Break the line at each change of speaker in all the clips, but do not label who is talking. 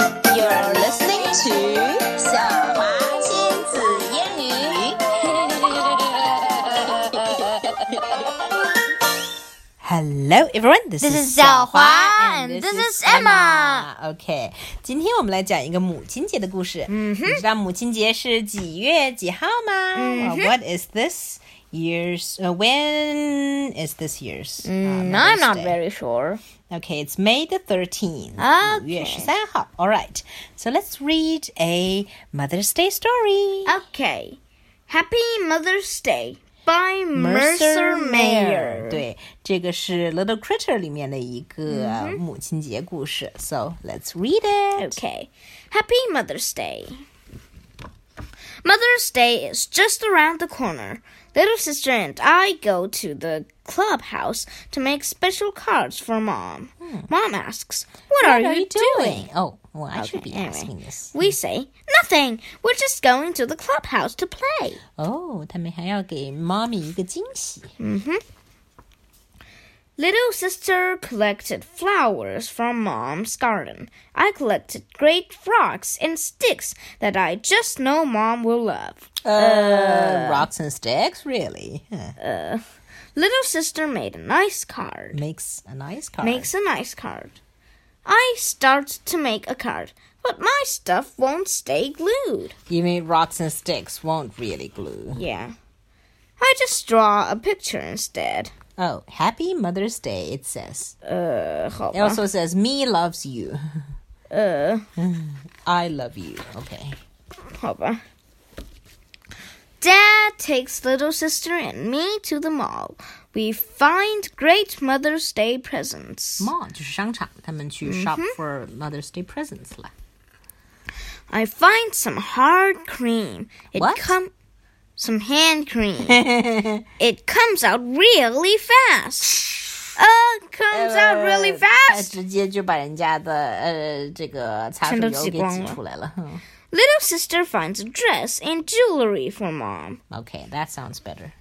You're listening to 小华亲子英语。
Hello, everyone. This,
This
is
is 小华
and
and
this
this
is
is Emma.
OK，今天我们来讲一个母亲节的故事。嗯
Mm-hmm.
哼，你知道母亲节是几月几号吗、嗯
Mm-hmm.
w h a t is this year's? Uh, when is this year's? 嗯
Mm, No, I'm not very sure.
Okay, it's May the thirteenth.
Okay.
五月十三号。All right. So let's read a Mother's Day story.
Okay. Happy Mother's Day by
Mayer 对，这个是《Little Critter》里面的一个母亲节故事。So let's read it.
Okay. Happy Mother's Day. Mother's Day is just around the corner. Little sister and I go to the clubhouse to make special cards for mom. Mom asks, Hmm. What, are, you doing?
Oh, well, I should be
anyway.
asking this.
We say, Nothing. We're just going to the clubhouse to play.
哦，他们还要给 mommy 一个惊喜。
Little sister collected flowers from mom's garden. I collected great rocks and sticks that I just know mom will love.
Uh, rocks and sticks, really? Huh.
Little sister made a nice card.
Makes a nice card.
Makes a nice card. I start to make a card, but my stuff won't stay glued.
Even rocks and sticks won't really glue.
Yeah. I just draw a picture instead.
Oh, happy Mother's Day, it says.
Uh, hold
It
on.
also says, me loves you.
Uh,
I love you. Okay.
hold on. Dad takes little sister and me to the mall. We find great Mother's Day presents.
mall 就是商场，他们去 shop for Mother's Day presents 了。
I find some hard cream. It
What?
come some hand cream. it comes out really fast. Uh, comes out really
他
fast.
直接就把人家的呃这个擦手
全都
油
挤
给
光
挤
了
出来了。嗯
Little sister finds a dress and jewelry for mom.
Okay, that sounds better.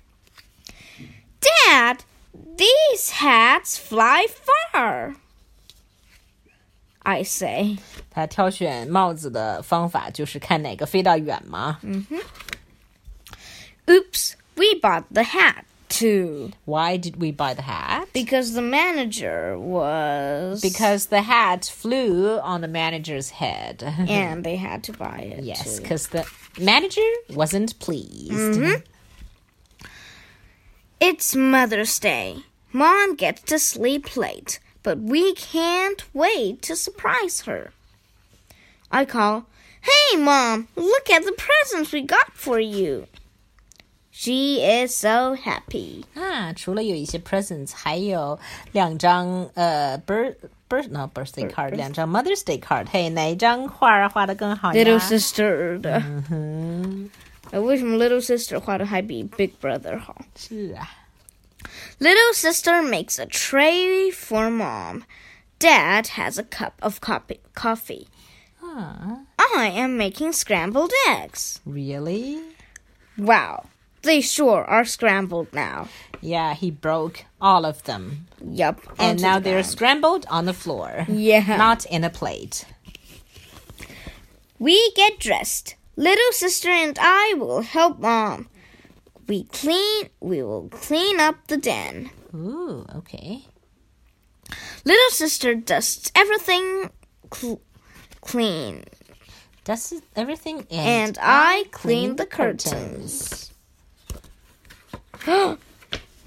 Dad, these hats fly far. I say.
他挑选帽子的方法就是看哪个飞到远嘛。
Oops, we bought the hat too.
Why did we buy the hat?
Because the manager was.
Because the hat flew on the manager's head.
And they had to buy it.
yes,
too.
because the manager wasn't
Mm-hmm.
pleased.
It's Mother's Day. Mom gets to sleep late, but we can't wait to surprise her. I call, Hey, Mom, look at the presents we got for you. She is so happy.
啊，除了有一些 presents，还有两张呃 birth birth no birthday card，两张 Mother's Day card。嘿，哪一张画儿画的更好呀
Little sister 的。
Mm-hmm.
呃为什么 little sister 画的还比 big brother 好
是啊，
？Little sister makes a tray for mom. Dad has a cup of coffee. coffee.
啊
I am making scrambled eggs.
，really？Yeah，he
Wow, they sure are scrambled now.
broke all of them,
Yup.
and
onto
now
the
they're
ground.
scrambled on the floor.
Yeah.
not in a plate.
We get dressed. Little sister and I will help mom. We clean. We will clean up the den.
Ooh, okay.
Little sister dusts everything cl- clean,
That's everything.
and
And,
I clean the curtains.
What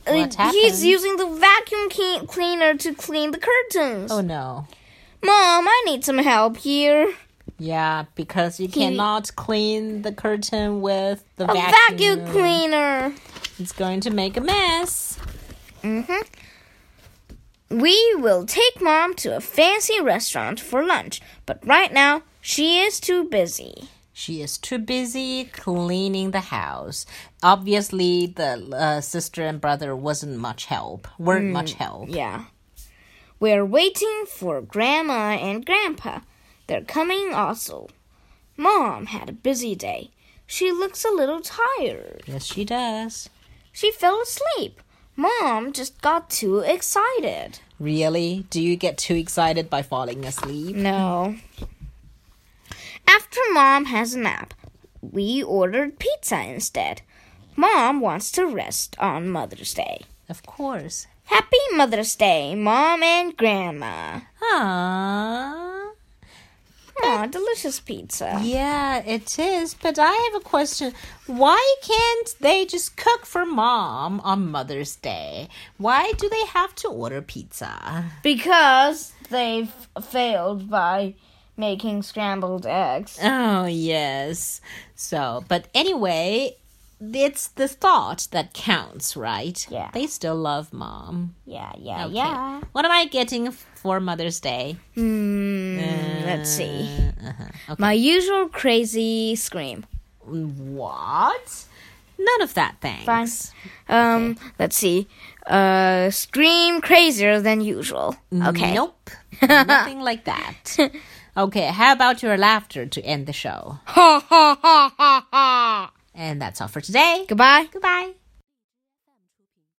Uh, He's
happened?
using the vacuum clean- cleaner to clean the curtains.
Oh no.
Mom, I need some help here.
Yeah, because you cannot clean the curtain with the
A
vacuum.
vacuum cleaner.
It's going to make a mess.
Mm-hmm. We will take mom to a fancy restaurant for lunch, but right now she is too busy.
She is too busy cleaning the house. Obviously, the uh, sister and brother wasn't much help. Weren't much help.
Yeah. We're waiting for grandma and grandpa. They're coming also. Mom had a busy day. She looks a little tired.
Yes, she does.
She fell asleep. Mom just got too excited.
Really? Do you get too excited by falling asleep?
No. After mom has a nap, we ordered pizza instead. Mom wants to rest on Mother's Day.
Of course.
Happy Mother's Day, Mom and Grandma.
Aww.
Aw, delicious pizza.
Yeah, it is. But I have a question. Why can't they just cook for mom on Mother's Day? Why do they have to order pizza?
Because they've failed by making scrambled eggs.
Oh, yes. So, but anyway, it's the thought that counts, right?
Yeah.
They still love mom.
Yeah, yeah,
Okay.
yeah.
What am I getting for Mother's Day?
Hmm, let's see.
Uh-huh. Uh, Okay.
My usual crazy scream.
What? None of that, thanks.
Fine. Um, let's see. Uh, scream crazier than usual.
Mm.
Okay.
Nope. Nothing like that. Okay, how about your laughter to end the show?
Ha ha ha ha ha.
And that's all for today.
Goodbye.
Goodbye.